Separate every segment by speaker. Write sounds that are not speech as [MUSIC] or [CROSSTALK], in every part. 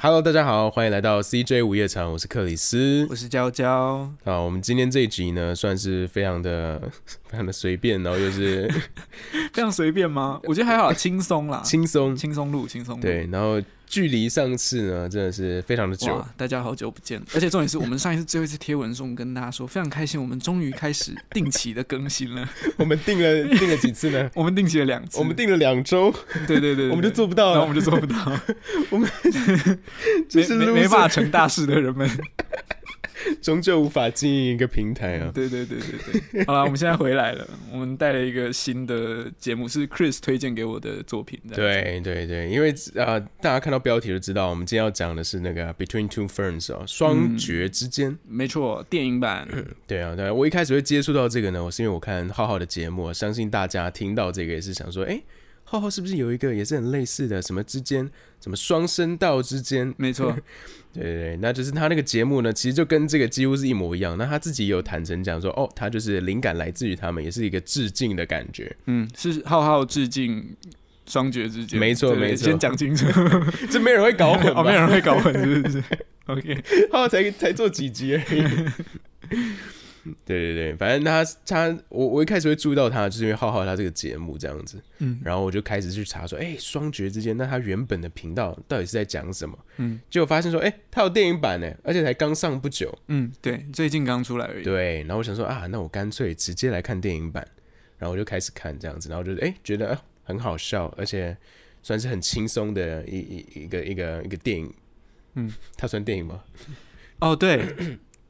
Speaker 1: Hello，大家好，欢迎来到 CJ 午夜场，我是克里斯
Speaker 2: 我。是娇娇，
Speaker 1: 啊，我们今天这一集呢，算是非常的、 [LAUGHS] 非常的随便，然后又
Speaker 2: [LAUGHS]
Speaker 1: 是
Speaker 2: 非常随便 [LAUGHS] 吗？我觉得还好，轻松啦，
Speaker 1: 轻松，
Speaker 2: 轻松录，轻松录。
Speaker 1: 对，然后距离上次呢，真的是非常的久
Speaker 2: 哇，，大家好久不见！而且重点是我们上一次最后一次贴文的时候，我们跟大家说非常开心，我们终于开始定期的更新了。 [LAUGHS]
Speaker 1: 我们定了定了几次呢？
Speaker 2: 我们定期了两次，
Speaker 1: 我们定了两周，
Speaker 2: 对对对对，
Speaker 1: 我们就做不到
Speaker 2: 然后我
Speaker 1: 了，
Speaker 2: 们就做
Speaker 1: [LAUGHS]
Speaker 2: 不到，
Speaker 1: 就是
Speaker 2: 没没
Speaker 1: loser
Speaker 2: 没办法成大事的人们。 [LAUGHS]
Speaker 1: 终究无法经营一个平台啊。
Speaker 2: 对对对对对，好了，我们现在回来了，我们带了一个新的节目，是 Chris 推荐给我的作品。这样，
Speaker 1: 对对对，因为啊、呃大家看到标题就知道，我们今天要讲的是那个 Between Two Ferns
Speaker 2: 嗯
Speaker 1: 哦，双绝之间。
Speaker 2: 没错，电影版，
Speaker 1: 对啊，对啊，我一开始会接触到这个呢，我是因为我看浩浩的节目，相信大家听到这个也是想说，哎，浩浩是不是有一个也是很类似的，什么之间，什么双声道之间？
Speaker 2: 没错，
Speaker 1: [LAUGHS] 对对对，那就是他那个节目呢，其实就跟这个几乎是一模一样。那他自己也有坦诚讲说，哦，他就是灵感来自于他们，也是一个致敬的感觉。
Speaker 2: 嗯，是浩浩致敬双绝之间，
Speaker 1: 没错
Speaker 2: 对对
Speaker 1: 没错
Speaker 2: 先讲
Speaker 1: [LAUGHS]
Speaker 2: 清楚，
Speaker 1: [LAUGHS] 这没有人会搞
Speaker 2: [LAUGHS]
Speaker 1: 混吧？ [LAUGHS]
Speaker 2: 哦，没有人会搞混，是不是？OK，
Speaker 1: 他们才才做几集而已。 [LAUGHS] 对对对，反正他他我我一开始会注意到他，就是因为浩浩他这个节目这样子，
Speaker 2: 嗯
Speaker 1: 然后我就开始去查说，哎、双绝之间，那他原本的频道到底是在讲什么？
Speaker 2: 嗯
Speaker 1: 结果发现说，哎、他有电影版呢，而且才刚上不久。
Speaker 2: 嗯，对，最近刚出来而已。
Speaker 1: 对，然后我想说啊，那我干脆直接来看电影版，然后我就开始看这样子，然后就是哎、觉得、啊、很好笑，而且算是很轻松的一一一个一个一个电影。
Speaker 2: 嗯，
Speaker 1: 它算电影吗？
Speaker 2: 哦，对，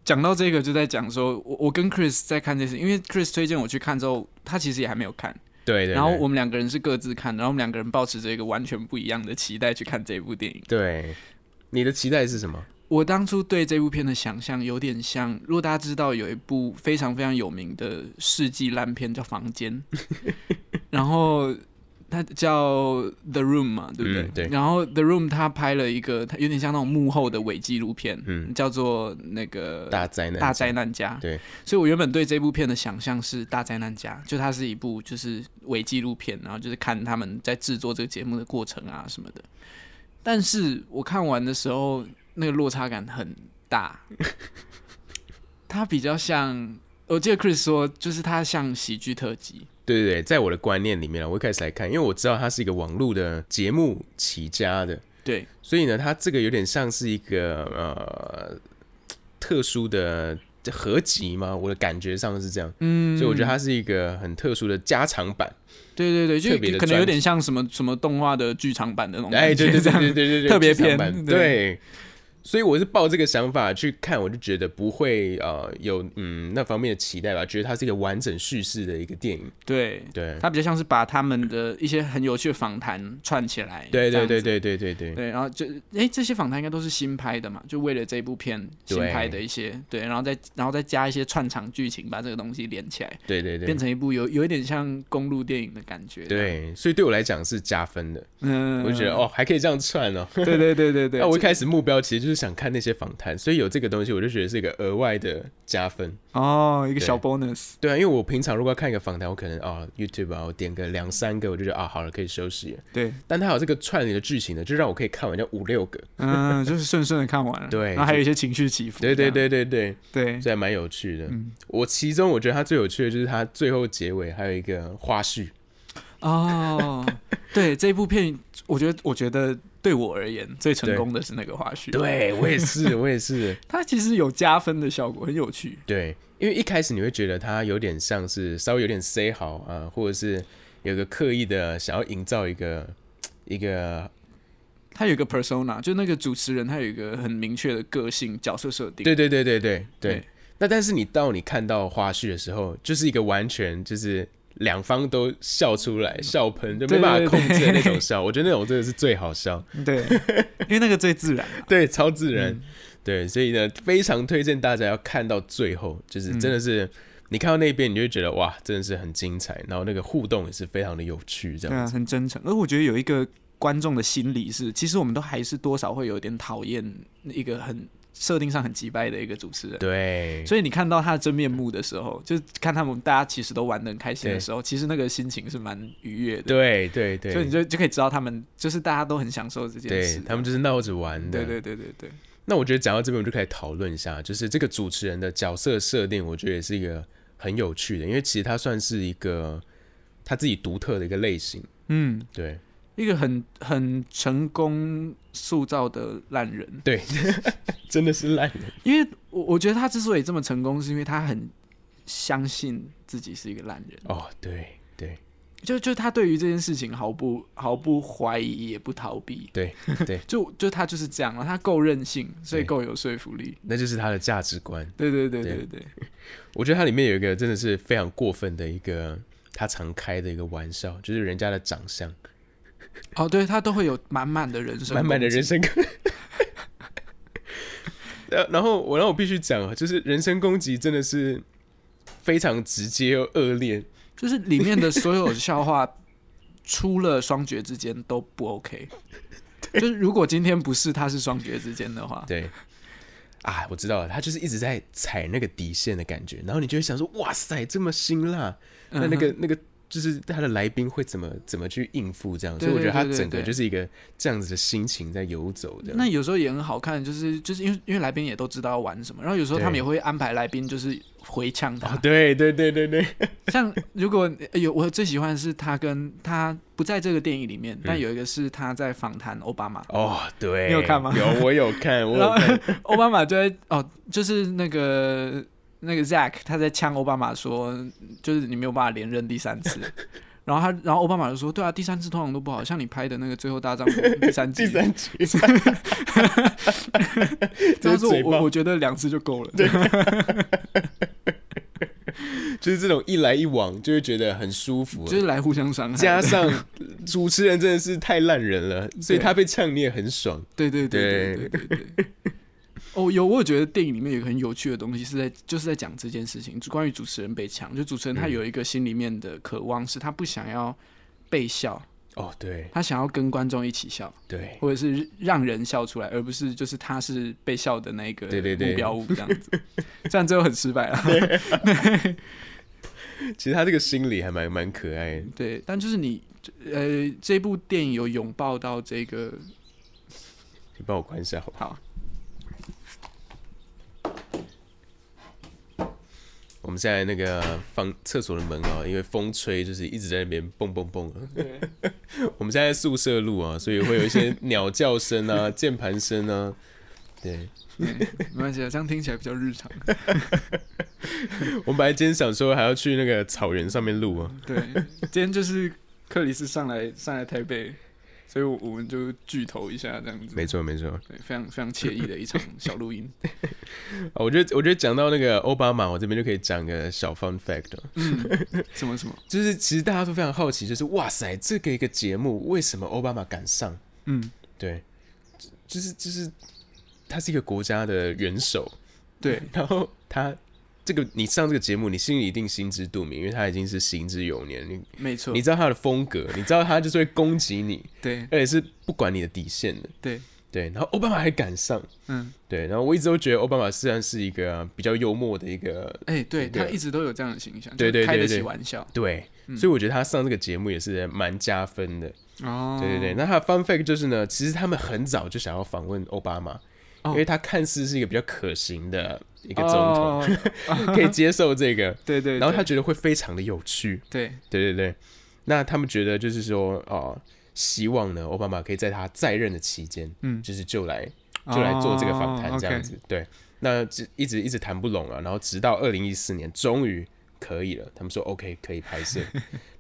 Speaker 2: 讲到这个就在讲说，我我跟 Chris 在看这事，因为 Chris 推荐我去看之后，他其实也还没有看，
Speaker 1: 对对对
Speaker 2: 然后我们两个人是各自看，然后我们两个人保持着一个完全不一样的期待去看这部电影。
Speaker 1: 对，你的期待是什么？
Speaker 2: 我当初对这部片的想象有点像，如果大家知道有一部非常非常有名的世纪烂片叫《房间》， [LAUGHS] 然后它叫《The Room》嘛，对不对？
Speaker 1: 嗯对
Speaker 2: 然后《The Room》他拍了一个，它有点像那种幕后的伪纪录片，
Speaker 1: 嗯
Speaker 2: 叫做那个
Speaker 1: 大灾难，
Speaker 2: 呃大灾难家。
Speaker 1: 对，
Speaker 2: 所以我原本对这部片的想象是《大灾难家》，就它是一部就是伪纪录片，然后就是看他们在制作这个节目的过程啊什么的。但是我看完的时候，那个落差感很
Speaker 1: [LAUGHS]
Speaker 2: 大，它比较像，我记得 Chris 说，就是它像喜剧特辑。
Speaker 1: 对对对，在我的观念里面啊，我一开始来看，因为我知道它是一个网络的节目起家的，
Speaker 2: 对，
Speaker 1: 所以呢，它这个有点像是一个呃特殊的合集嘛，我的感觉上是这样，
Speaker 2: 嗯
Speaker 1: 所以我觉得它是一个很特殊的加长版。
Speaker 2: 对对对，
Speaker 1: 特别的
Speaker 2: 就可能
Speaker 1: 专
Speaker 2: 有点像什么什么动画的剧场版的那种感觉，
Speaker 1: 哎，对对
Speaker 2: 哦 [LAUGHS] 这
Speaker 1: 对
Speaker 2: 样
Speaker 1: 对对对对，
Speaker 2: 特别
Speaker 1: 剧场
Speaker 2: 篇
Speaker 1: 版
Speaker 2: 对
Speaker 1: 对。所以我是抱这个想法去看，我就觉得不会呃有嗯那方面的期待吧，觉得它是一个完整叙事的一个电影，
Speaker 2: 对，
Speaker 1: 对。
Speaker 2: 它比较像是把他们的一些很有趣的访谈串起来。
Speaker 1: 对
Speaker 2: 这
Speaker 1: 对
Speaker 2: 样
Speaker 1: 对
Speaker 2: 子
Speaker 1: 对对对对
Speaker 2: 对，然后就哎，这些访谈应该都是新拍的嘛，就为了这部片新
Speaker 1: 对
Speaker 2: 拍的一些对，然后再然后再加一些串场剧情，把这个东西连起来，
Speaker 1: 对对对
Speaker 2: 变成一部有有一点像公路电影的感觉。，
Speaker 1: 对，所以对我来讲是加分的，
Speaker 2: 嗯，
Speaker 1: [LAUGHS] 我就觉得，哦还可以这样串哦。
Speaker 2: 对对对对对，
Speaker 1: 那我一
Speaker 2: 这
Speaker 1: 开始目标其实就是想看那些访谈，所以有这个东西我就觉得是一个额外的加分。
Speaker 2: [LAUGHS] 哦，一个小
Speaker 1: 对
Speaker 2: bonus，
Speaker 1: 对啊，因为我平常如果要看一个访谈，我可能啊、YouTube 啊，我点个两三个，我就觉得啊好了可以休息了。
Speaker 2: 对，
Speaker 1: 但它有这个串联的剧情呢，就让我可以看完就五六个。
Speaker 2: 嗯，就是顺顺的看完了，
Speaker 1: 对
Speaker 2: 然后还有一些情绪起伏，
Speaker 1: 对对
Speaker 2: 这
Speaker 1: 对
Speaker 2: 样
Speaker 1: 对对，
Speaker 2: 对，
Speaker 1: 这还蛮有趣的。
Speaker 2: 嗯
Speaker 1: 我其中我觉得它最有趣的就是它最后结尾还有一个花絮。
Speaker 2: 哦，
Speaker 1: [LAUGHS]
Speaker 2: 对，这部片，我觉得我觉得对我而言最成
Speaker 1: 对
Speaker 2: 功的是那个花絮，，
Speaker 1: 对我也是，我也是。
Speaker 2: 它其实有加分的效果，很有趣，
Speaker 1: 对，因为一开始你会觉得他有点像是稍微有点 say 好啊、呃或者是有个刻意的想要营造一个一个，
Speaker 2: 他有一个 persona，就那个主持人，他有一个很明确的个嗯性角色设定。
Speaker 1: 对对对对对对。
Speaker 2: 对
Speaker 1: 那但是你到你看到花絮的时候，就是一个完全就是两方都笑出来、笑喷，就没
Speaker 2: 对
Speaker 1: 办法
Speaker 2: 对
Speaker 1: 控制的那
Speaker 2: 对
Speaker 1: 种笑。我觉得那种真的是最好笑，
Speaker 2: 对， [LAUGHS] 因为那个最自然。
Speaker 1: 对，超自然。对，所以呢，非常推荐大家要看到最后，就是真的是。你看到那边，你就会觉得哇，真的是很精彩，然后那个互动也是非常的有趣，这
Speaker 2: 对
Speaker 1: 样
Speaker 2: 啊，
Speaker 1: 子。
Speaker 2: 很真诚。而我觉得有一个观众的心理是，其实我们都还是多少会有点讨厌一个很设定上很击败的一个主持人。
Speaker 1: 对，
Speaker 2: 所以你看到他的真面目的时候，就是看他们大家其实都玩的很开心的时候，其实那个心情是蛮愉悦的。
Speaker 1: 对对对，
Speaker 2: 所以你就就可以知道他们就是大家都很享受这件
Speaker 1: 对
Speaker 2: 事。
Speaker 1: 他们就是闹着玩的。
Speaker 2: 对对对对对，
Speaker 1: 那我觉得讲到这边，我们就可以讨论一下，就是这个主持人的角色设定，我觉得也是一个很有趣的，因为其实他算是一个他自己独特的一个类型。
Speaker 2: 嗯，
Speaker 1: 对
Speaker 2: 一个很很成功塑造的烂人，
Speaker 1: 对，真的是烂人。
Speaker 2: 因为我我觉得他之所以这么成功，是因为他很相信自己是一个烂人，
Speaker 1: 哦，对对
Speaker 2: 就就他对于这件事情毫不毫不怀疑，也不逃避，，
Speaker 1: 对对
Speaker 2: 就就他就是这样了，他够任性，所以
Speaker 1: 对
Speaker 2: 够有说服力。
Speaker 1: 那就是他的价值观。
Speaker 2: 对对对
Speaker 1: 对
Speaker 2: 对对，
Speaker 1: 我觉得它里面有一个真的是非常过分的一个他常开的一个玩笑，就是人家的长相，
Speaker 2: 哦，对他都会有满满的人生，
Speaker 1: 满满的人，身攻。呃 [LAUGHS] 然后我让我必须讲啊，就是人身攻击真的是非常直接又恶劣，
Speaker 2: 就是里面的所有笑话，除了双绝之间都不
Speaker 1: [LAUGHS]
Speaker 2: OK。就是如果今天不是他是双绝之间的话，
Speaker 1: 对。啊，我知道了，他就是一直在踩那个底线的感觉，然后你就会想说，哇塞，这么辛辣，
Speaker 2: 嗯
Speaker 1: 那那个、那个就是他的来宾会怎么怎么去应付这样，
Speaker 2: 对
Speaker 1: 所以我觉得他
Speaker 2: 对对对
Speaker 1: 整个
Speaker 2: 对
Speaker 1: 就是一个这样子的心情在游走这样。
Speaker 2: 那有时候也很好看，就是就是因为因为来宾也都知道要玩什么，然后有时候
Speaker 1: 对
Speaker 2: 他们也会安排来宾就是回呛
Speaker 1: [LAUGHS]
Speaker 2: 他。
Speaker 1: 啊，对对对对
Speaker 2: [LAUGHS]
Speaker 1: 对，
Speaker 2: 像如果呃有我最喜欢的是他跟他不在这个电影里面，但有一个是他在访谈奥巴马，
Speaker 1: 嗯哦，对，
Speaker 2: 你有看吗
Speaker 1: 有，我有看，我
Speaker 2: 然
Speaker 1: 有
Speaker 2: 后
Speaker 1: 看，
Speaker 2: [LAUGHS] 奥巴马就在哦，就是那个那个 Zack 他在呛奥巴马说，就是你没有办法连任第三
Speaker 1: [LAUGHS]
Speaker 2: 次。然后他，然后奥巴马就说：“对啊，第三次通常都不好，像你拍的那个《最后大丈夫》第三
Speaker 1: [LAUGHS]
Speaker 2: 季，
Speaker 1: 第三
Speaker 2: [LAUGHS]
Speaker 1: 集，
Speaker 2: 他说
Speaker 1: 嘴
Speaker 2: 我
Speaker 1: 巴
Speaker 2: 我我觉得两次就够了。”对，
Speaker 1: 就是这种一来一往，就会觉得很舒服。
Speaker 2: 就是来互相伤害。
Speaker 1: 加上主持人真的是太烂人了，所以
Speaker 2: 对
Speaker 1: 他被呛你也很爽。
Speaker 2: 对对对对对对对。 [LAUGHS] 哦，有，我有觉得电影里面有一个很有趣的东西，是在就是在讲这件事情，就关于主持人被抢。就主持人
Speaker 1: 嗯
Speaker 2: 他有一个心里面的渴望，是他不想要被笑，
Speaker 1: 哦，对
Speaker 2: 他想要跟观众一起笑，
Speaker 1: 对
Speaker 2: 或者是让人笑出来，而不是就是他是被笑的那一个
Speaker 1: 对对对
Speaker 2: 目标物这样
Speaker 1: [LAUGHS]
Speaker 2: 子。虽然最后很失败了，啊
Speaker 1: 其实他这个心理还蛮蛮可爱的。
Speaker 2: 对，但就是你呃，这部电影有拥抱到这个
Speaker 1: 你帮我关一下好吧？
Speaker 2: 好，
Speaker 1: 我们现在那个房厕所的门啊，因为风吹就是一直在那边蹦蹦蹦。
Speaker 2: 对
Speaker 1: [LAUGHS] 我们现在在宿舍录啊，所以会有一些鸟叫声 [LAUGHS] 啊、键盘声
Speaker 2: [LAUGHS]
Speaker 1: 啊。对，
Speaker 2: 没关系啊，这样听起来比较日常。
Speaker 1: 我本来今天想说还要去那个草原上面录啊，
Speaker 2: 对，今天就是克里斯上来上来台北，所以我我们就剧透一下这样子，
Speaker 1: 没错没错。
Speaker 2: 对，非常非常惬意的一场小录
Speaker 1: [LAUGHS]
Speaker 2: 音。
Speaker 1: 啊我觉得我觉得讲到那个奥巴马，我这边就可以讲个小 fun fact，哦
Speaker 2: 嗯什么什么，
Speaker 1: 就是其实大家都非常好奇，就是哇塞，这个一个节目为什么奥巴马敢上？
Speaker 2: 嗯，
Speaker 1: 对，就就是就是他是一个国家的元首， [LAUGHS]
Speaker 2: 对
Speaker 1: 然后他。这个你上这个节目，你心里一定心知肚明，因为他已经是行之有年。你
Speaker 2: 没错
Speaker 1: 你，知道他的风格，你知道他就是会攻击你，
Speaker 2: 对
Speaker 1: 而且是不管你的底线的。
Speaker 2: 对，
Speaker 1: 对，然后奥巴马还敢上，
Speaker 2: 嗯，
Speaker 1: 对，然后我一直都觉得奥巴马虽然是一个比较幽默的一个，
Speaker 2: 哎、对
Speaker 1: 对
Speaker 2: 他一直都有这样的形象，
Speaker 1: 对对
Speaker 2: 就是开
Speaker 1: 对
Speaker 2: 得
Speaker 1: 对
Speaker 2: 起玩笑。
Speaker 1: 对，
Speaker 2: 嗯
Speaker 1: 所以我觉得他上这个节目也是蛮加分的。
Speaker 2: 哦，
Speaker 1: 对对对，那他的 fun fact 就是呢，其实他们很早就想要访问奥巴马，
Speaker 2: 哦
Speaker 1: 因为他看似是一个比较可行的一
Speaker 2: 一
Speaker 1: 个总统，[LAUGHS]
Speaker 2: 哦、
Speaker 1: 可以接受这个，
Speaker 2: 对 [LAUGHS]
Speaker 1: [LAUGHS]
Speaker 2: 对，
Speaker 1: 然后他
Speaker 2: 对
Speaker 1: 觉得会非常的有趣。
Speaker 2: 对
Speaker 1: 对对对，那他们觉得就是说，哦，希望呢，奥巴马可以在他在任的期间，
Speaker 2: 嗯
Speaker 1: 就是就来就来做这个访
Speaker 2: 哦
Speaker 1: 谈这样子。，对，那这一直一直谈不拢啊，然后直到二零一四年终于可以了，他们说 OK 可以拍摄。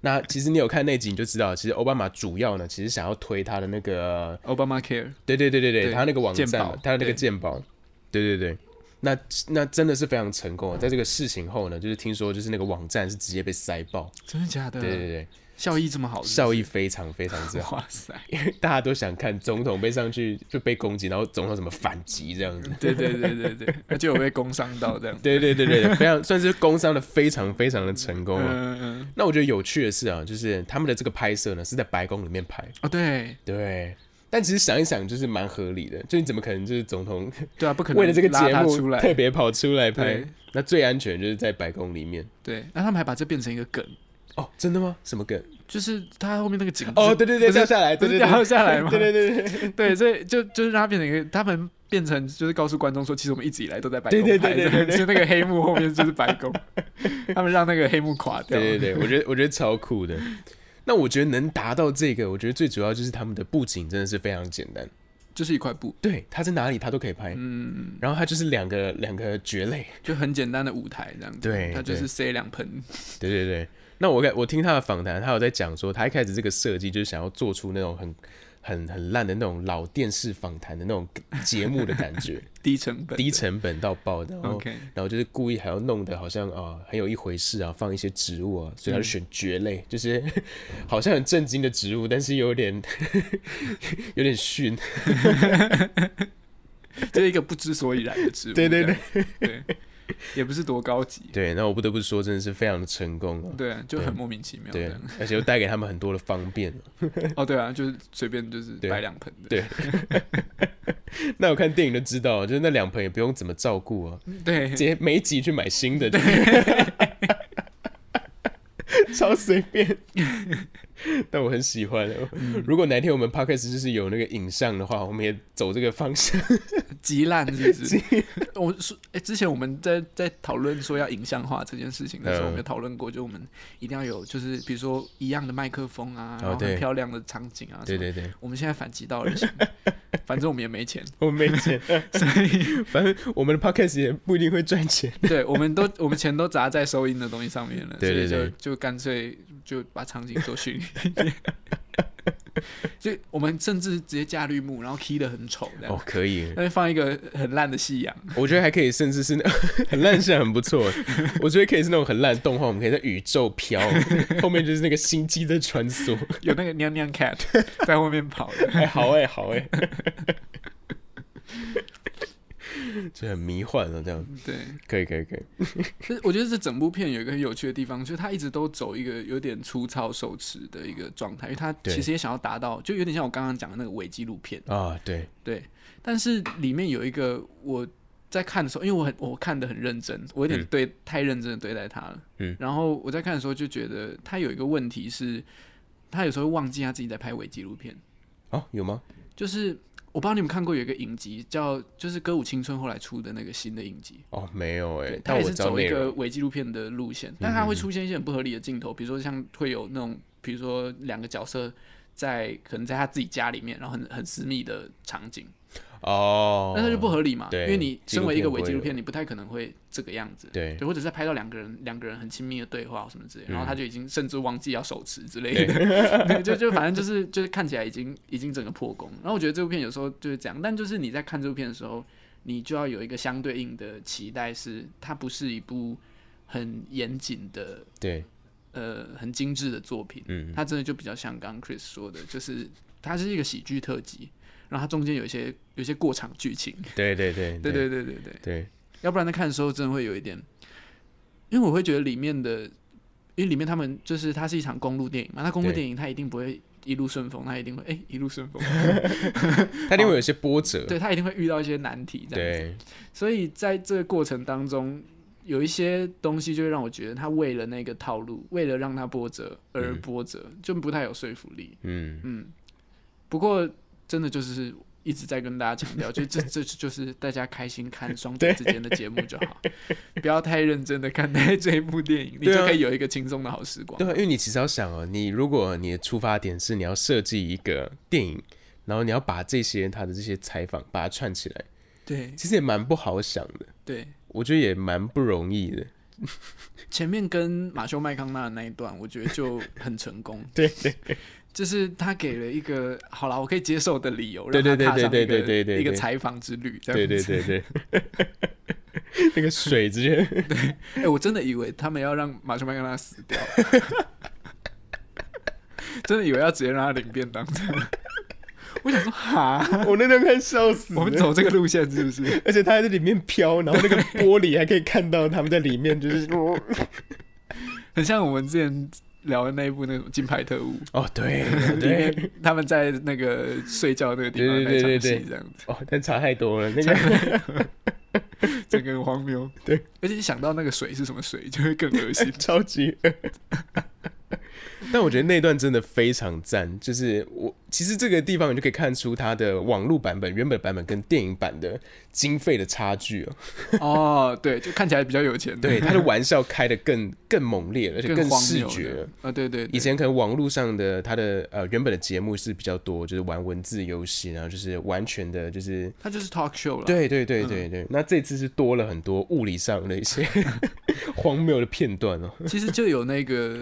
Speaker 1: 那其实你有看那集你就知道，其实奥巴马主要呢，其实想要推他的那个，
Speaker 2: 奥巴马 Care，
Speaker 1: 对对对对对，
Speaker 2: 对
Speaker 1: 他那个网站
Speaker 2: 鉴
Speaker 1: 嘛
Speaker 2: 宝，
Speaker 1: 他的那个
Speaker 2: 对
Speaker 1: 鉴宝，对对对。那那真的是非常成功啊！在这个事情后呢，就是听说就是那个网站是直接被塞爆，
Speaker 2: 真的假的？
Speaker 1: 对对对，
Speaker 2: 效益这么好是
Speaker 1: 效
Speaker 2: 不是
Speaker 1: 益非常非常
Speaker 2: [LAUGHS]
Speaker 1: 之好，
Speaker 2: 哇塞，
Speaker 1: 大家都想看总统被上去就被攻击，然后总统怎么反击这样子。。
Speaker 2: 对对对对对，而且我被工伤到这样
Speaker 1: [LAUGHS] 对对对对，对非常算是工商的非常非常的成功了。
Speaker 2: 嗯嗯嗯，
Speaker 1: 啊那我觉得有趣的是啊，就是他们的这个拍摄呢是在白宫里面拍，
Speaker 2: 哦对，
Speaker 1: 对，但其实想一想，就是蛮合理的。就你怎么可能就是总统
Speaker 2: 对啊，不可能
Speaker 1: 为了这个
Speaker 2: 拉
Speaker 1: 节
Speaker 2: 他出
Speaker 1: 目
Speaker 2: 来
Speaker 1: 特别跑出来拍
Speaker 2: 对？
Speaker 1: 那最安全就是在白宫里面。
Speaker 2: 对，那他们还把这变成一个梗，
Speaker 1: 哦，真的吗？什么梗？
Speaker 2: 就是他后面那个景
Speaker 1: 哦，对对对，
Speaker 2: 不是
Speaker 1: 掉下来，
Speaker 2: 不
Speaker 1: 对
Speaker 2: 是
Speaker 1: 对
Speaker 2: 掉
Speaker 1: 对，
Speaker 2: 下来吗？
Speaker 1: 对对对对对
Speaker 2: [LAUGHS] 对，所以就就是让它变成一个，他们变成就是告诉观众说，其实我们一直以来都在白宫
Speaker 1: 对对
Speaker 2: 拍
Speaker 1: 对
Speaker 2: 的
Speaker 1: 对对对
Speaker 2: 就是那个黑幕后面就是白宫，他们让那个黑幕垮掉。
Speaker 1: 对对对，我觉得我觉得超酷的。那我觉得能达到这个，我觉得最主要就是他们的布景真的是非常简单，
Speaker 2: 就是一块布，
Speaker 1: 对，他在哪里他都可以拍，
Speaker 2: 嗯，
Speaker 1: 然后他就是两个两个蕨类， [LAUGHS]
Speaker 2: 就很简单的舞台这样子。
Speaker 1: 对
Speaker 2: 它就
Speaker 1: 对
Speaker 2: 是塞两盆，
Speaker 1: 对对对，那我看我听他的访谈，他有在讲说，他一开始这个设计就是想要做出那种很很很烂的那种老电视访谈的那种节目的感
Speaker 2: [LAUGHS]
Speaker 1: 觉，
Speaker 2: 低成本的。
Speaker 1: 低成本到爆，然后
Speaker 2: OK，
Speaker 1: 然后就是故意还要弄得好像啊、很有一回事啊，放一些植物啊，所以他就选蕨
Speaker 2: 嗯
Speaker 1: 类，就是 [LAUGHS] 好像很震惊的植物，但是有点 [LAUGHS] 有点逊，
Speaker 2: 这是一个不知所以然的植物。
Speaker 1: 对对对
Speaker 2: 这样对，也不是多高级。
Speaker 1: 对，那我不得不说真的是非常的成功啊。
Speaker 2: 对啊，就很莫名其妙这
Speaker 1: 对
Speaker 2: 样。，
Speaker 1: 而且又带给他们很多的方便。 [LAUGHS]
Speaker 2: 哦，对啊，就是随便就是
Speaker 1: 对
Speaker 2: 摆两盆的。
Speaker 1: 对那我看电影就知道，就是那两盆也不用怎么照顾啊，
Speaker 2: 对
Speaker 1: 直接每一集去买新的，超随便。但我很喜欢。哦如果哪天我们 podcast 就是有那个影像的话，我们也走这个方向。
Speaker 2: 极烂是不
Speaker 1: [LAUGHS]
Speaker 2: 是？我说，哎、之前我们在在讨论说要影像化这件事情的时
Speaker 1: 嗯
Speaker 2: 候，我们有讨论过，就我们一定要有，就是比如说一样的麦克风啊，
Speaker 1: 哦
Speaker 2: 然后
Speaker 1: 对
Speaker 2: 很漂亮的场景啊，
Speaker 1: 对 [LAUGHS]
Speaker 2: 什么。
Speaker 1: 对对，
Speaker 2: 我们现在反其道而行，
Speaker 1: [LAUGHS]
Speaker 2: 反正我们也没钱，
Speaker 1: 我没钱，
Speaker 2: 所以
Speaker 1: [LAUGHS] 反正我们的 podcast 也不一定会赚钱。
Speaker 2: 对我们都我们钱都砸在收音的东西上面了，
Speaker 1: 对对
Speaker 2: 所以
Speaker 1: 对
Speaker 2: 就就干脆就把场景做虚拟一
Speaker 1: [LAUGHS]
Speaker 2: 点。就我们甚至直接加绿幕，然后 key 的很丑，这样，
Speaker 1: 哦，可以，
Speaker 2: 但是放一个很烂的夕阳，
Speaker 1: 我觉得还可以，甚至是那 [LAUGHS] 很烂，是很不错。
Speaker 2: [LAUGHS]
Speaker 1: 我觉得可以是那种很烂的动画，我们可以在宇宙飘，后面就是那个星际在穿梭。
Speaker 2: 有那个娘娘 cat
Speaker 1: [LAUGHS]
Speaker 2: 在后面跑的，
Speaker 1: 哎、好哎、好
Speaker 2: [LAUGHS]
Speaker 1: 哎、就很迷幻了，这样
Speaker 2: 对，
Speaker 1: 可以可以可以，
Speaker 2: 但是我觉得这整部片有一个很有趣的地方，就是他一直都走一个有点粗糙手持的一个状态，因为他
Speaker 1: 对
Speaker 2: 其实也想要达到，就有点像我刚刚讲的那个伪纪录片，
Speaker 1: 啊，对，
Speaker 2: 对。但是里面有一个我在看的时候，因为我很我看的很认真，我有点
Speaker 1: 嗯
Speaker 2: 对、太认真的对待他了，
Speaker 1: 嗯
Speaker 2: 然后我在看的时候就觉得他有一个问题是，他有时候会忘记他自己在拍伪纪录片，
Speaker 1: 哦，有吗？
Speaker 2: 就是我不知道你们看过有一个影集叫就是歌舞青春后来出的那个新的影集，
Speaker 1: 哦，没有哎、
Speaker 2: 对，它
Speaker 1: 但
Speaker 2: 也
Speaker 1: 我
Speaker 2: 是
Speaker 1: 知道
Speaker 2: 走
Speaker 1: 内
Speaker 2: 一个
Speaker 1: 容，嗯
Speaker 2: 伪纪录片的路线，但它会出现一些很不合理的镜头，比如说像会有那种，比如说两个角色在可能在他自己家里面，然后很很私密的场景，
Speaker 1: 哦，
Speaker 2: 但它就不合理嘛，因
Speaker 1: 对
Speaker 2: 为你身为一个伪纪
Speaker 1: 纪
Speaker 2: 录
Speaker 1: 录片不会
Speaker 2: 片，你不太可能会这个样子，
Speaker 1: 对
Speaker 2: 对，或者是拍到两个人两个人很亲密的对话或什么之类，然后
Speaker 1: 嗯
Speaker 2: 他就已经甚至忘记要手持之类的，对，就就反正就是就是看起来已经已经整个破功。然后我觉得这部片有时候就是这样，但就是你在看这部片的时候，你就要有一个相对应的期待是，它不是一部很严谨的
Speaker 1: 对，
Speaker 2: 呃很精致的作品，
Speaker 1: 嗯，
Speaker 2: 它真的就比较像刚刚 Chris 说的，就是它是一个喜剧特辑。然后它中间有一些有一些过场剧情，
Speaker 1: 对对对
Speaker 2: 对
Speaker 1: 对
Speaker 2: 对对对对，
Speaker 1: 对，
Speaker 2: 要不然在看的时候真的会有一点，因为我会觉得里面的，因为里面他们就是它是一场公路电影嘛，那公路
Speaker 1: 对
Speaker 2: 电影它一定不会一路顺风，它一定会哎、一路顺
Speaker 1: [LAUGHS]
Speaker 2: 风，
Speaker 1: 它一定会有一些波折，
Speaker 2: 对，它一定会遇到一些难题这样子。
Speaker 1: 对
Speaker 2: 所以在这个过程当中，有一些东西就会让我觉得他为了那个套路，为了让它波折而
Speaker 1: 嗯
Speaker 2: 波折，就不太有说服力。
Speaker 1: 嗯，
Speaker 2: 嗯，不过真的就是一直在跟大家强
Speaker 1: [LAUGHS]
Speaker 2: 调，就这这就是大家开心看双姐之间的节目就好，不要太认真的看待这一部
Speaker 1: [LAUGHS]
Speaker 2: 电影，你
Speaker 1: 对啊
Speaker 2: 就可以有一个轻松的好时光
Speaker 1: 对。啊，因为你其实要想哦，你如果你的出发点是你要设计一个电影，然后你要把这些他的这些采访把它串起来，
Speaker 2: 对
Speaker 1: 其实也蛮不好想的，
Speaker 2: 对，
Speaker 1: 我觉得也蛮不容易的，
Speaker 2: 前面跟马修麦康纳的那一段，我觉得就很成功。
Speaker 1: [LAUGHS] 对
Speaker 2: 对。就是他给了一个好了，我可以接受的理由，
Speaker 1: 对
Speaker 2: 让他
Speaker 1: 对
Speaker 2: 踏上
Speaker 1: 对
Speaker 2: 一
Speaker 1: 对对对
Speaker 2: 个
Speaker 1: 对
Speaker 2: 一个
Speaker 1: 对
Speaker 2: 采访之旅。这样
Speaker 1: 对对
Speaker 2: 子
Speaker 1: 对对， [LAUGHS] 那个水直接。
Speaker 2: 哎、我真的以为他们要让马修麦康纳死
Speaker 1: [LAUGHS]
Speaker 2: 掉，真的以为要直接让他领便当。
Speaker 1: [LAUGHS]
Speaker 2: 我想说，哈，
Speaker 1: 我那段看笑死了
Speaker 2: 我们走这个路线是不是？
Speaker 1: 而且他还在里面飘，然后那个玻璃还可以看到他们在里面，就是
Speaker 2: 很像我们之前聊的那一部那种《金牌特务》
Speaker 1: 哦，对
Speaker 2: 里
Speaker 1: 对 [LAUGHS]
Speaker 2: 面他们在那个睡觉那个地方
Speaker 1: 对
Speaker 2: 那
Speaker 1: 对
Speaker 2: 一场
Speaker 1: 对对
Speaker 2: 戏
Speaker 1: 对
Speaker 2: 这样子，
Speaker 1: 哦，但差太多了，那个 [LAUGHS]
Speaker 2: 整个很荒谬。
Speaker 1: 对，。
Speaker 2: 而且一想到那个水是什么水，就会更恶心
Speaker 1: 超级恶。但我觉得那段真的非常赞，就是我其实这个地方你就可以看出它的网络版本、原本版本跟电影版的经费的差距 [LAUGHS] 哦。
Speaker 2: 哦，对，就看起来比较有钱。
Speaker 1: 对，它的玩笑开的更更猛烈了，而且
Speaker 2: 更荒
Speaker 1: 视
Speaker 2: 谬
Speaker 1: 觉了
Speaker 2: 的。啊，对对，
Speaker 1: 以
Speaker 2: 对
Speaker 1: 前可能网络上的它的呃原本的节目是比较多，就是玩文字游戏，然后就是完全的就是
Speaker 2: 他就是 talk show 了。
Speaker 1: 对对
Speaker 2: 嗯
Speaker 1: 对对对。那这次是多了很多物理上的一些 [LAUGHS] 荒谬的片段哦 [LAUGHS]
Speaker 2: 其实就有那个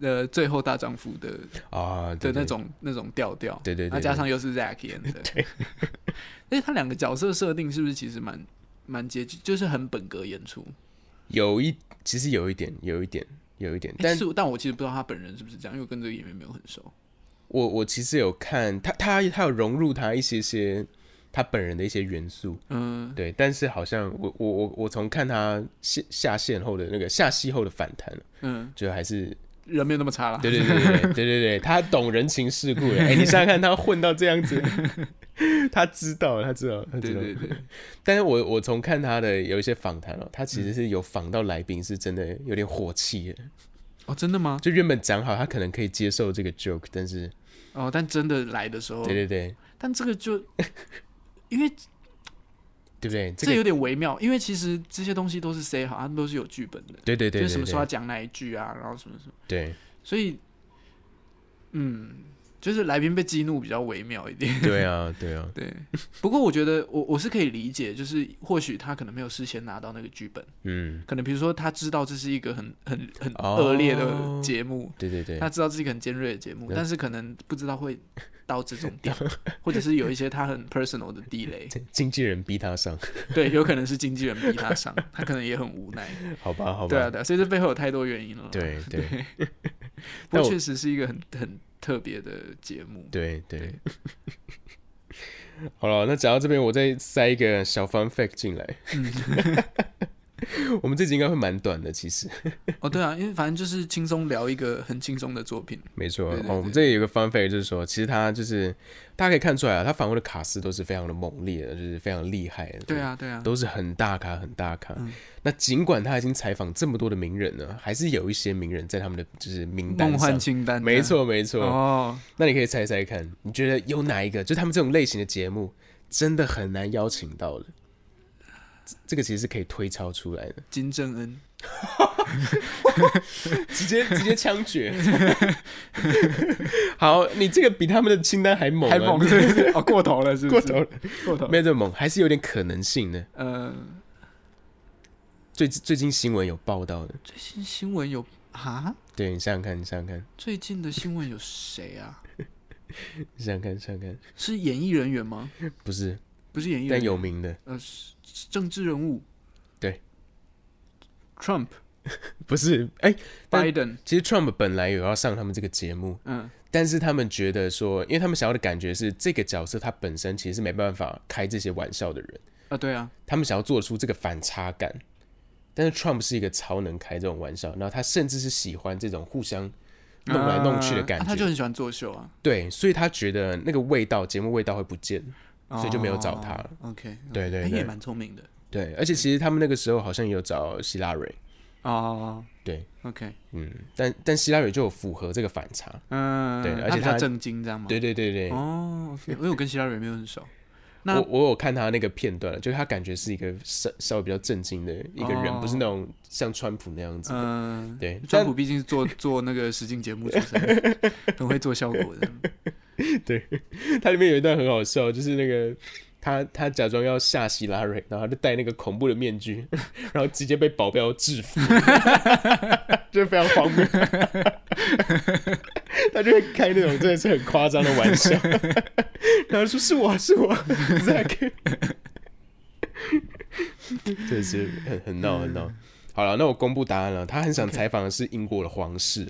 Speaker 2: 呃《最后大丈夫》的
Speaker 1: 啊
Speaker 2: 的
Speaker 1: 对
Speaker 2: 那
Speaker 1: 对
Speaker 2: 种那种调调，
Speaker 1: 对对对
Speaker 2: 那加上又是 Zack
Speaker 1: [LAUGHS]
Speaker 2: 演的， [LAUGHS] 对，而且他两个角色设定是不是其实蛮蛮接近，就是很本格演出？
Speaker 1: 有一其实有一点有一点有一点，
Speaker 2: 但
Speaker 1: 但嗯
Speaker 2: 是但我其实不知道他本人是不是这样，因为我跟这个演员没有很熟。
Speaker 1: 我我其实有看他他他有融入他一些些他本人的一些元素，
Speaker 2: 嗯，
Speaker 1: 对，但是好像我我我我从看他下下线后的那个下戏后的反弹，
Speaker 2: 嗯，
Speaker 1: 就还是
Speaker 2: 人没有那么差啦。
Speaker 1: 对对对对对对对，他懂人情世故的。
Speaker 2: [LAUGHS]
Speaker 1: 哎、你想想看，他混到这样子，他知道，他知道，他知
Speaker 2: [LAUGHS] 对
Speaker 1: 道。
Speaker 2: 对嗯对，
Speaker 1: 但是我我从看他的有一些访谈哦，他其实是有访到来宾，是真的有点火气的。
Speaker 2: 哦，真的吗？
Speaker 1: 就原本讲好他可能可以接受这个 joke，但是
Speaker 2: 哦，但真的来的时候，
Speaker 1: 对对对
Speaker 2: 但这
Speaker 1: [LAUGHS]
Speaker 2: 个就因为
Speaker 1: 对不对？
Speaker 2: 这
Speaker 1: 这
Speaker 2: 有
Speaker 1: 个
Speaker 2: 点微妙，因为其实这些东西都是 say 好，他们都是有剧本的，
Speaker 1: 对对对
Speaker 2: 就是什
Speaker 1: 对
Speaker 2: 么时候要
Speaker 1: 对
Speaker 2: 讲哪一句啊，然后什么什么。
Speaker 1: 对
Speaker 2: 所以，嗯，就是来宾被激怒比较微妙一点。
Speaker 1: 对啊对啊，
Speaker 2: [LAUGHS] 对，不过我觉得我我是可以理解，就是或许他可能没有事先拿到那个剧本，
Speaker 1: 嗯，
Speaker 2: 可能比如说他知道这是一个很很很
Speaker 1: 哦
Speaker 2: 恶劣的节目，
Speaker 1: 对对对
Speaker 2: 他知道这是一个很尖锐的节目，
Speaker 1: 嗯
Speaker 2: 但是可能不知道会到这种
Speaker 1: [LAUGHS]
Speaker 2: 点，或者是有一些他很 personal 的地雷，
Speaker 1: 经经纪人逼他上，
Speaker 2: [LAUGHS] 对，有可能是经纪人逼他上，他可能也很无奈。
Speaker 1: 好吧好吧，
Speaker 2: 对啊，对啊，所以这背后有太多原因了。，
Speaker 1: 对对
Speaker 2: 不
Speaker 1: 但
Speaker 2: 过
Speaker 1: 我
Speaker 2: 确实是一个很很特别的节目。
Speaker 1: 对对。 [LAUGHS] 好了，那讲到这边，我再塞一个小 fun fact 进来。 [LAUGHS] 我们这集应该会蛮短的，其实
Speaker 2: 哦，对啊，因为反正就是轻松聊一个很轻松的作品。
Speaker 1: 没错。
Speaker 2: 对对
Speaker 1: 哦，我们这里有个 fun fact，就是说，其实他就是大家可以看出来啊，他访问的卡司都是非常的猛烈的，就是非常厉害的。
Speaker 2: 对，啊，对啊，
Speaker 1: 都是很大咖，很大咖。
Speaker 2: 嗯
Speaker 1: 那尽管他已经采访这么多的名人了，还是有一些名人在他们的就是名单
Speaker 2: 梦幻
Speaker 1: 上。
Speaker 2: 清单，
Speaker 1: 没。错，没错。
Speaker 2: 哦，
Speaker 1: 那你可以猜猜看，你觉得有哪一个？就他们这种类型的节目，真的很难邀请到的。这这个其实是可以推敲出来的，
Speaker 2: 金正恩，
Speaker 1: 直接直接枪决。 [LAUGHS] 好，你这个比他们的清单还猛、啊，
Speaker 2: 还
Speaker 1: [LAUGHS]
Speaker 2: 猛是不是？哦，过头了是不
Speaker 1: 过
Speaker 2: 是？
Speaker 1: 头了，
Speaker 2: 过头了。
Speaker 1: 没有这么猛，还是有点可能性的。
Speaker 2: 呃，
Speaker 1: 最最近新闻有报道的，
Speaker 2: 最新新闻有啊？
Speaker 1: 对你想想看，你想想看，
Speaker 2: 最近的新闻有谁啊？
Speaker 1: 你想想看，想想看，
Speaker 2: 是演艺人员吗？
Speaker 1: 不是，
Speaker 2: 不是演艺人
Speaker 1: 但
Speaker 2: 员，
Speaker 1: 有名的，
Speaker 2: 呃，是是政治人物。
Speaker 1: 对
Speaker 2: ，Trump、
Speaker 1: 不是。哎、但
Speaker 2: Biden，
Speaker 1: 其实 Trump 本来有要上他们这个节目，
Speaker 2: 嗯，
Speaker 1: 但是他们觉得说，因为他们想要的感觉是，这个角色他本身其实是没办法开这些玩笑的人，
Speaker 2: 啊，对啊，
Speaker 1: 他们想要做出这个反差感。但是 Trump 是一个超能开这种玩笑，然后他甚至是喜欢这种互相弄来弄去的感
Speaker 2: 啊
Speaker 1: 觉，
Speaker 2: 他就很喜欢作秀啊，
Speaker 1: 对，所以他觉得那个味道节目味道会不见，所以就没有找他了。
Speaker 2: 哦。OK，
Speaker 1: 对对
Speaker 2: 他也
Speaker 1: 对
Speaker 2: 蛮聪明的。
Speaker 1: 对，而且其实他们那个时候好像也有找希拉蕊，
Speaker 2: 哦
Speaker 1: 对，
Speaker 2: ，OK，
Speaker 1: 嗯，但但希拉蕊就有符合这个反差，
Speaker 2: 嗯，
Speaker 1: 对而
Speaker 2: 他
Speaker 1: 且
Speaker 2: 比
Speaker 1: 他
Speaker 2: 较震惊，这样吗？
Speaker 1: 对对对对，
Speaker 2: 哦，OK，因为我跟希拉蕊没有很熟，那
Speaker 1: 我我有看他那个片段，就是他感觉是一个稍稍微比较震惊的一个人，
Speaker 2: 哦
Speaker 1: 不是那种像川普那样子。
Speaker 2: 嗯、
Speaker 1: 对，
Speaker 2: 川
Speaker 1: 但
Speaker 2: 普毕竟是做做那个实境节目出身的，
Speaker 1: [LAUGHS]
Speaker 2: 很会做效果的。
Speaker 1: 他里面有一段很好笑，就是那个他他假装要吓希拉蕊，然后他就戴那个恐怖的面具， [LAUGHS] 然后直接被保镖制服， [LAUGHS] 就非常荒谬。 [LAUGHS] 他就会开那种真的是很夸张的玩笑， [LAUGHS] 然后说是我啊是我 Zack，真的是很很闹很
Speaker 2: 嗯
Speaker 1: 闹。好了，那我公布答案了。他很想采访的是英国的皇室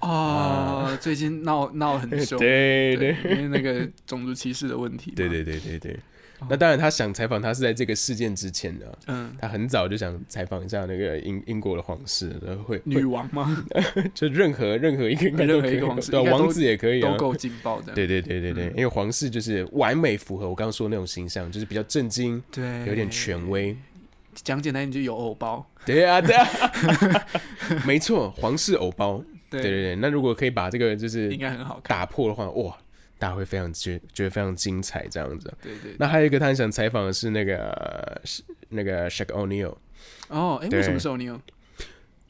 Speaker 1: 哦、
Speaker 2: 哦，最近闹闹很凶，
Speaker 1: 啊对对
Speaker 2: 因为那个种族歧视的问题。
Speaker 1: 对，对对对对。
Speaker 2: 哦
Speaker 1: 那当然，他想采访他是在这个事件之前的、
Speaker 2: 嗯，
Speaker 1: 他很早就想采访一下那个英英国的皇室，然后会
Speaker 2: 女王吗？
Speaker 1: 会就任何任何一个应该都
Speaker 2: 任
Speaker 1: 可
Speaker 2: 何
Speaker 1: 以
Speaker 2: 一个
Speaker 1: 吧，
Speaker 2: 皇室
Speaker 1: 对啊、
Speaker 2: 应该都
Speaker 1: 王子也可以、啊，
Speaker 2: 都够嗯劲爆这样。
Speaker 1: 对对对对对，因为皇室就是完美符合我刚刚说的那种形象，就是比较震惊，
Speaker 2: 对，
Speaker 1: 有点权。
Speaker 2: 哎
Speaker 1: 威。
Speaker 2: 讲简单一点，就有偶包。
Speaker 1: [LAUGHS] 对啊，对啊， [LAUGHS] 没错，皇室偶包。对对
Speaker 2: 对，
Speaker 1: 对，那如果可以把这个就是
Speaker 2: 应该很好看。
Speaker 1: 打破的话，哇，大家会非常觉觉得非常精彩这样子。
Speaker 2: 对对。对
Speaker 1: 那还有一个他很想采访的是那个呃是那个 Shaq O'Neal，
Speaker 2: 哦，哎，
Speaker 1: 对
Speaker 2: 为什么是 O'Neal？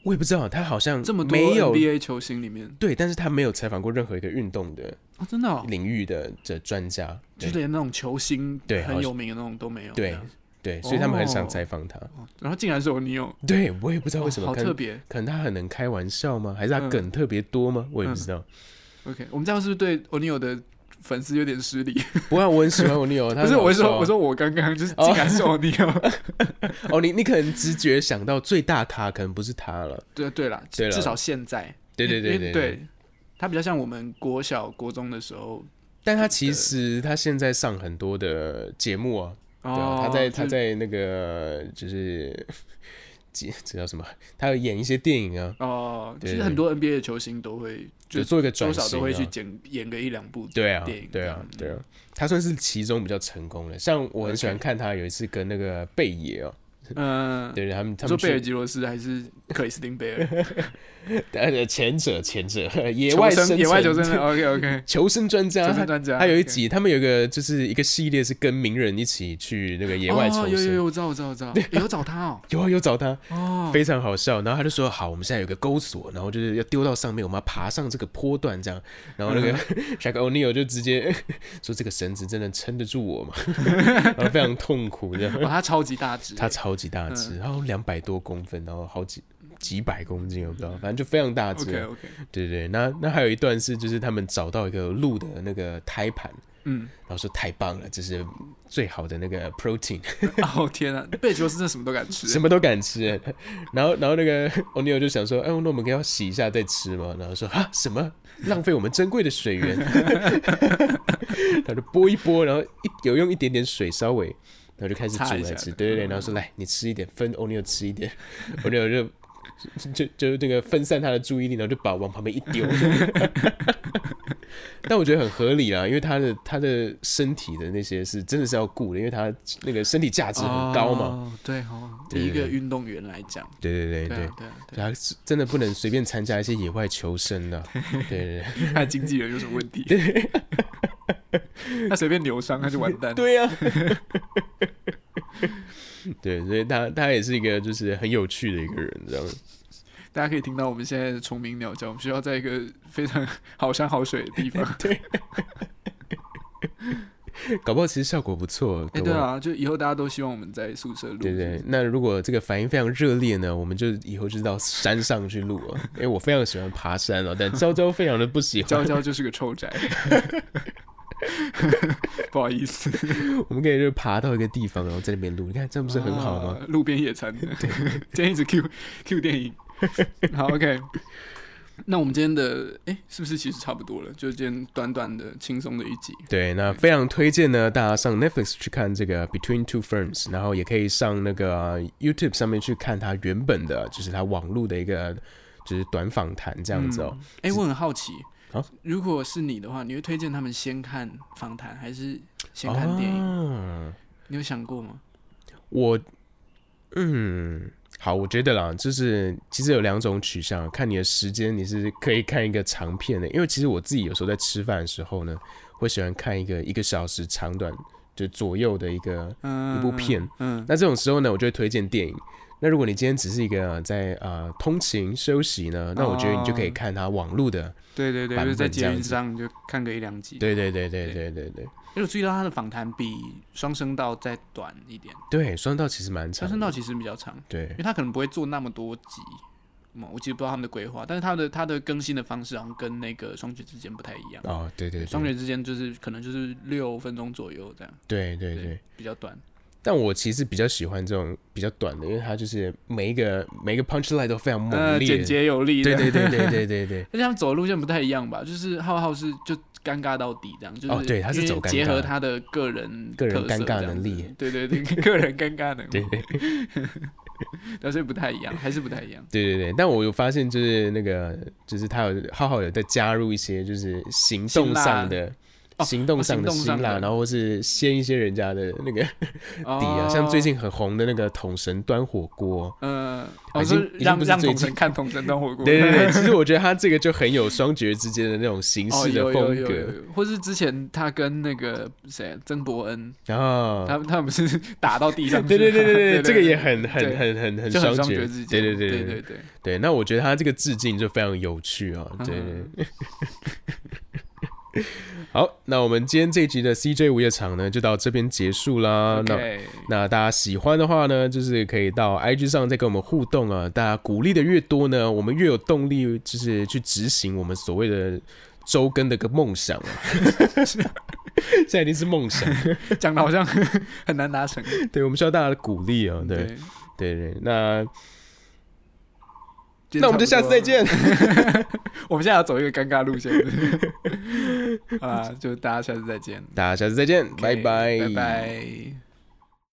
Speaker 1: 我也不知道他好像
Speaker 2: 这么多
Speaker 1: 没有
Speaker 2: NBA 球星里面
Speaker 1: 对，但是他没有采访过任何一个运动的
Speaker 2: 啊，真的哦，
Speaker 1: 领域的的专家，
Speaker 2: 就
Speaker 1: 对
Speaker 2: 是连那种球星
Speaker 1: 对好
Speaker 2: 很
Speaker 1: 像
Speaker 2: 有名的那种都没有。这
Speaker 1: 对
Speaker 2: 样
Speaker 1: 对，所以他们很想
Speaker 2: 哦
Speaker 1: 采访他。
Speaker 2: 哦然后竟然是 O'Neal，
Speaker 1: 对我也不知道为
Speaker 2: 哦
Speaker 1: 什么，
Speaker 2: 好
Speaker 1: 可
Speaker 2: 特
Speaker 1: 能
Speaker 2: 别。
Speaker 1: 可能他很能开玩笑吗？还是他
Speaker 2: 嗯
Speaker 1: 梗特别多吗？我也不
Speaker 2: 嗯
Speaker 1: 知道。
Speaker 2: OK，我们这样是不是对 O'Neal 的粉丝有点失礼？
Speaker 1: 不过我很喜欢我女
Speaker 2: [LAUGHS]
Speaker 1: 友，他
Speaker 2: 不是，
Speaker 1: 很好
Speaker 2: 我是
Speaker 1: 笑
Speaker 2: 说，
Speaker 1: 啊
Speaker 2: 我说我刚刚就是
Speaker 1: 哦
Speaker 2: 竟然
Speaker 1: [LAUGHS]
Speaker 2: 是 O'Neal。
Speaker 1: 哦，你你可能直觉想到最大咖可能不是他了，
Speaker 2: 对对啦，
Speaker 1: 对啦
Speaker 2: 至至少现在。
Speaker 1: 对对对
Speaker 2: 因为
Speaker 1: 对对。
Speaker 2: 对，他比较像我们国小国中的时候。
Speaker 1: 但他其实他现在上很多的节目啊，对啊，
Speaker 2: 哦，
Speaker 1: 他在他
Speaker 2: 就是
Speaker 1: 在那个就是这这叫什么？他有演一些电影啊，
Speaker 2: 哦，
Speaker 1: 对
Speaker 2: 其实很多 NBA 的球星都会，就
Speaker 1: 就做一个转
Speaker 2: 多
Speaker 1: 型、
Speaker 2: 少
Speaker 1: 啊，
Speaker 2: 都会去剪演个一两部。
Speaker 1: 对啊
Speaker 2: 电影，
Speaker 1: 对
Speaker 2: 这
Speaker 1: 啊
Speaker 2: 样，嗯
Speaker 1: 对啊，他算是其中比较成功的。像我很喜欢
Speaker 2: OK
Speaker 1: 看他有一次跟那个贝爷哦，
Speaker 2: 嗯，
Speaker 1: 对对，他们他
Speaker 2: 你
Speaker 1: 们
Speaker 2: 说
Speaker 1: 去
Speaker 2: 贝尔吉罗斯还是克里斯汀贝尔？
Speaker 1: 呃前者前者 [LAUGHS] 野
Speaker 2: 求
Speaker 1: 外
Speaker 2: 生，野外求生
Speaker 1: 存 [LAUGHS]
Speaker 2: ，OK OK，
Speaker 1: 求生专家，
Speaker 2: 求
Speaker 1: 他
Speaker 2: 生专家。
Speaker 1: 还有一
Speaker 2: OK
Speaker 1: 集，他们有一个就是一个系列是跟名人一起去那个野外求
Speaker 2: 哦，有有
Speaker 1: 生，
Speaker 2: 有，我知道我知道
Speaker 1: [LAUGHS]
Speaker 2: 我知道，欸有找他哦，
Speaker 1: 有啊有找他，
Speaker 2: 哦，
Speaker 1: 非常好笑。然后他就说：“好，我们现在有个钩索，然后就是要丢到上面，我们要爬上这个坡段这样。”然后那个 [LAUGHS] Shaq O'Neal 就直接说：“这个绳子真的撑得住我吗？” [LAUGHS] 然后非常痛苦这样。
Speaker 2: 哇，他超级大只，
Speaker 1: 他超级大只，然后两百多公分，然后好几几百公斤，我不知道，反正就非常大只。
Speaker 2: OK OK，
Speaker 1: 对对对，那那还有一段是，就是他们找到一个鹿的那个胎盘，
Speaker 2: 嗯， [LAUGHS]
Speaker 1: 然后说太棒了，这是最好的那个 protein，
Speaker 2: 哦天啊，贝尔吉罗斯真的什么都敢吃
Speaker 1: 什，么都敢吃。 [LAUGHS] 然后然后那个 [LAUGHS] O'Neal 就想说，哎，那我们要洗一下再吃嘛。然后说啊，什么浪费我们珍贵的水源？ [LAUGHS] 他就拨一拨，然后一有用一点点水，稍微，然后就开始煮
Speaker 2: 擦一
Speaker 1: 来
Speaker 2: 下
Speaker 1: 吃。对对对，然后说来你吃一点，分 O'Neal 吃一点。O'Neal 就。就就那个分散他的注意力，然后就把往旁边一丢。 [LAUGHS] 但我觉得很合理啊，因为他的他的身体的那些是真的是要顾的，因为他那个身体价值很高嘛。
Speaker 2: 哦，对哦，
Speaker 1: 对
Speaker 2: 以一个
Speaker 1: 对
Speaker 2: 运动员来讲，
Speaker 1: 对对对
Speaker 2: 对
Speaker 1: 对
Speaker 2: 啊，对啊对啊，
Speaker 1: 他是真的不能随便参加一些野外求生
Speaker 2: [LAUGHS]
Speaker 1: 的、对对
Speaker 2: 他的经纪人有什么问题？ [LAUGHS] 他随便扭伤他就完蛋，
Speaker 1: 对呀、 [LAUGHS] 对，所以他他也是一个就是很有趣的一个人，这样。
Speaker 2: 大家可以听到我们现在的虫鸣鸟叫，我们需要在一个非常好山好水的地方。
Speaker 1: [LAUGHS] 搞不好其实效果不错。搞
Speaker 2: 哎，
Speaker 1: 不
Speaker 2: 对
Speaker 1: 好，
Speaker 2: 啊，就以后大家都希望我们在宿舍录，
Speaker 1: 对对。那如果这个反应非常热烈呢，我们就以后就到山上去录啊。 [LAUGHS] 因为我非常喜欢爬山啊，但娇娇非常的不喜
Speaker 2: 娇
Speaker 1: 欢。
Speaker 2: 娇就是个臭
Speaker 1: [LAUGHS]
Speaker 2: 宅， [LAUGHS] 不好意思，
Speaker 1: 我们可以就爬到一个地方，然后在那边录。你看这样不是很好吗？
Speaker 2: 啊？路边野
Speaker 1: [LAUGHS]
Speaker 2: 餐，今天一直 Q Q 电影。好，OK。那我们今天的哎、是不是其实差不多了？就今天短短的、轻松的一集。
Speaker 1: 对，那非常推荐呢，大家上 Netflix 去看这个《Between Two Ferns》，然后也可以上那个呃 YouTube 上面去看它原本的，就是它网络的一个就是短访谈这样子哦。
Speaker 2: 哎、我很好奇
Speaker 1: 啊，
Speaker 2: 如果是你的话，你会推荐他们先看访谈，还是先看电影？
Speaker 1: 哦
Speaker 2: 你有想过吗？
Speaker 1: 我嗯，好，我觉得啦，就是其实有两种取向，看你的时间，你是可以看一个长片的，因为其实我自己有时候在吃饭的时候呢，会喜欢看一个一个小时长短就左右的一个
Speaker 2: 嗯，
Speaker 1: 一部片。
Speaker 2: 嗯，
Speaker 1: 那这种时候呢，我就会推荐电影。那如果你今天只是一个呃在呃通勤休息呢，那我觉得你就可以
Speaker 2: 哦
Speaker 1: 看它网络的。
Speaker 2: 对对对，
Speaker 1: 版本
Speaker 2: 就是在
Speaker 1: 这
Speaker 2: 捷
Speaker 1: 样
Speaker 2: 运
Speaker 1: 子
Speaker 2: 上就看个一两集。，
Speaker 1: 对对对对对
Speaker 2: 对
Speaker 1: 对对
Speaker 2: 因为我注意到他的访谈比双声道再短一点，
Speaker 1: 对，双道其实蛮
Speaker 2: 双
Speaker 1: 长
Speaker 2: 声道
Speaker 1: 的。
Speaker 2: 其实比较长，
Speaker 1: 对
Speaker 2: 因为他可能不会做那么多集。嘛，我其实不知道他们的规划，但是他的他的更新的方式好像跟那个双绝之间不太一样。
Speaker 1: 哦，对对
Speaker 2: 双
Speaker 1: 对
Speaker 2: 绝之间就是可能就是六分钟左右这样，
Speaker 1: 对对对。
Speaker 2: 比较短。
Speaker 1: 但我其实比较喜欢这种比较短的，因为它就是每一个每一个 punch line 都非常猛
Speaker 2: 呃，
Speaker 1: 烈，
Speaker 2: 简洁有力的。
Speaker 1: 对对
Speaker 2: [LAUGHS]
Speaker 1: 对对对对对
Speaker 2: 而且他们走的路线不太一样吧？就是浩浩是就尴尬到底这样，就是、
Speaker 1: 哦对他是走尴尬
Speaker 2: 结合他的个人
Speaker 1: 个人
Speaker 2: 特色
Speaker 1: 尴尬
Speaker 2: 这样
Speaker 1: 能力
Speaker 2: 子，对对对，个人尴尬能力，
Speaker 1: 对对 [LAUGHS]
Speaker 2: 对，所以不太一样，还是不太一样。
Speaker 1: 对对对。但我有发现，就是那个就是他有浩浩有在加入一些就是行动上的。
Speaker 2: 哦
Speaker 1: 行动上的
Speaker 2: 哦行动
Speaker 1: 辛
Speaker 2: 上的哦
Speaker 1: 辣，然后或是掀一些人家的那个
Speaker 2: 底
Speaker 1: [LAUGHS] 底啊，像最，近很红的那个桶神端火锅，
Speaker 2: 呃，
Speaker 1: 已
Speaker 2: 我
Speaker 1: 经
Speaker 2: 说
Speaker 1: 已经
Speaker 2: 让
Speaker 1: 不是
Speaker 2: 让
Speaker 1: 最
Speaker 2: 同
Speaker 1: 近
Speaker 2: 城看同城端火锅，
Speaker 1: 对对对，其实我觉得他这个就很有双绝之间的那种形
Speaker 2: 哦，
Speaker 1: 式的
Speaker 2: 有
Speaker 1: 风
Speaker 2: 有有有
Speaker 1: 格，
Speaker 2: 有，或是之前他跟那个谁啊曾伯恩，
Speaker 1: 然后
Speaker 2: 他他们不是 [LAUGHS] 打到地上
Speaker 1: 啊对
Speaker 2: 去吗，
Speaker 1: 对对对
Speaker 2: 对
Speaker 1: 对，这个也
Speaker 2: 对
Speaker 1: 很很
Speaker 2: 对
Speaker 1: 很很很
Speaker 2: 就很双
Speaker 1: 绝
Speaker 2: 绝
Speaker 1: 对
Speaker 2: 之，间，
Speaker 1: 对对
Speaker 2: 对
Speaker 1: 对
Speaker 2: 对
Speaker 1: 对
Speaker 2: 对。
Speaker 1: 对。那我觉得他这个致敬就非常有趣啊，对
Speaker 2: 嗯
Speaker 1: 对。 [LAUGHS] 好，那我们今天这一集的 CJ 午夜场呢，就到这边结束啦。啊那
Speaker 2: OK，
Speaker 1: 那大家喜欢的话呢，就是可以到 IG 上再跟我们互动啊。大家鼓励的越多呢，我们越有动力，就是去执行我们所谓的周更的个梦想啊。 [LAUGHS] 现在已经是梦想，
Speaker 2: 讲的好像 [LAUGHS] 很难达成，
Speaker 1: 对我们需要大家的鼓励啊。对
Speaker 2: 对。
Speaker 1: 对对，那
Speaker 2: 今天
Speaker 1: 那我们就下次再见
Speaker 2: 差。不多了。我们现在要走一个尴尬路线。 [LAUGHS] 好啦，就大家下次再见，
Speaker 1: 大家下次再见，拜拜，
Speaker 2: 拜拜。